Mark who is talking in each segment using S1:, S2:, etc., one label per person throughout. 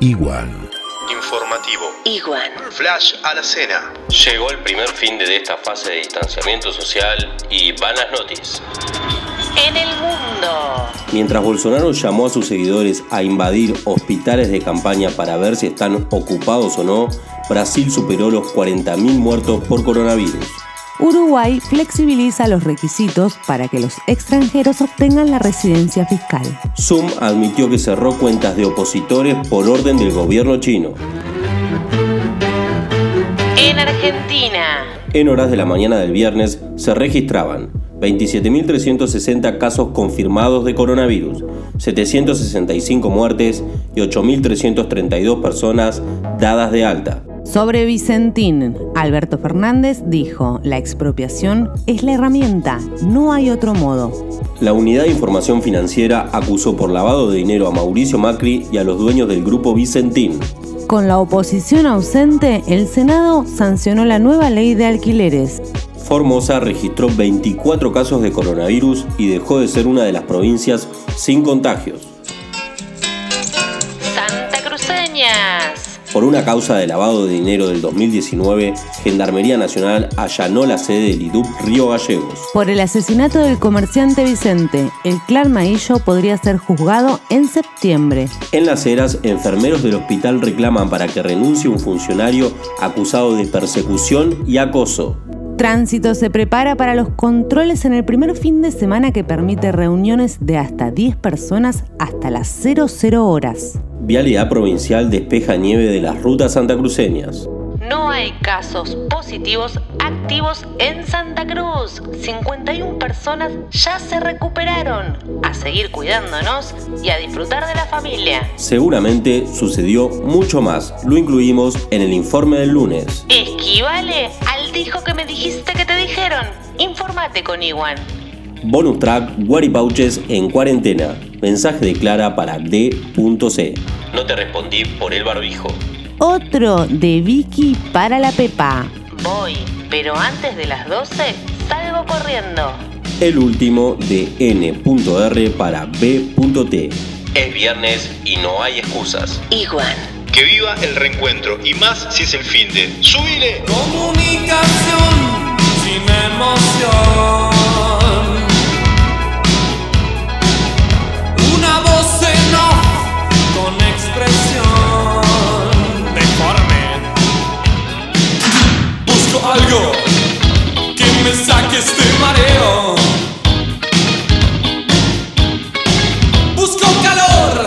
S1: Iguan.
S2: Informativo.
S3: Iguan.
S2: Flash a la cena.
S4: Llegó el primer fin de esta fase de distanciamiento social y van las noticias.
S3: En el mundo.
S4: Mientras Bolsonaro llamó a sus seguidores a invadir hospitales de campaña para ver si están ocupados o no, Brasil superó los 40.000 muertos por coronavirus.
S5: Uruguay flexibiliza los requisitos para que los extranjeros obtengan la residencia fiscal.
S4: Zoom admitió que cerró cuentas de opositores por orden del gobierno chino.
S3: En Argentina.
S4: En horas de la mañana del viernes se registraban 27.360 casos confirmados de coronavirus, 765 muertes y 8.332 personas dadas de alta.
S5: Sobre Vicentín, Alberto Fernández dijo, la expropiación es la herramienta, no hay otro modo.
S4: La Unidad de Información Financiera acusó por lavado de dinero a Mauricio Macri y a los dueños del grupo Vicentín.
S5: Con la oposición ausente, el Senado sancionó la nueva ley de alquileres.
S4: Formosa registró 24 casos de coronavirus y dejó de ser una de las provincias sin contagios.
S3: Santa Cruceñas.
S4: Por una causa de lavado de dinero del 2019, Gendarmería Nacional allanó la sede del IDUP Río Gallegos.
S5: Por el asesinato del comerciante Vicente, el clan Maillo podría ser juzgado en septiembre.
S4: En Las Heras, enfermeros del hospital reclaman para que renuncie un funcionario acusado de persecución y acoso.
S5: Tránsito se prepara para los controles en el primer fin de semana que permite reuniones de hasta 10 personas hasta las 00 horas.
S4: Vialidad Provincial despeja nieve de las rutas santacruceñas.
S3: No hay casos positivos activos en Santa Cruz. 51 personas ya se recuperaron. A seguir cuidándonos y a disfrutar de la familia.
S4: Seguramente sucedió mucho más. Lo incluimos en el informe del lunes.
S3: Esquivale al dijo que me dijiste que te dijeron. Informate con Iwan.
S4: Bonus track Guaripauches en cuarentena. Mensaje de Clara para D.C. No te respondí por el barbijo.
S5: Otro de Vicky para la Pepa.
S3: Voy, pero antes de las 12 salgo corriendo.
S4: El último de N.R para B.T. Es viernes y no hay excusas.
S3: Iguan.
S2: Que viva el reencuentro y más si es el fin de. ¡Subile!
S6: Comunicación sin emoción. Una voz en off con expresión. Deforme. Busco algo que me saque este mareo. Busco calor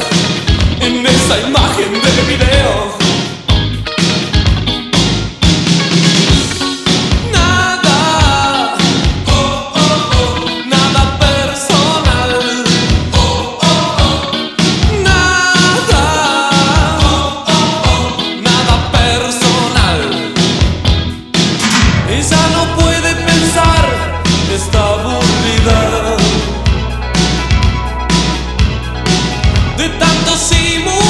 S6: en esa imagen del video. Nada, oh, oh, oh, nada personal. Oh, oh, oh, nada, oh, oh, oh, nada personal. Ella no puede pensar, está aburrida. De tanto simular.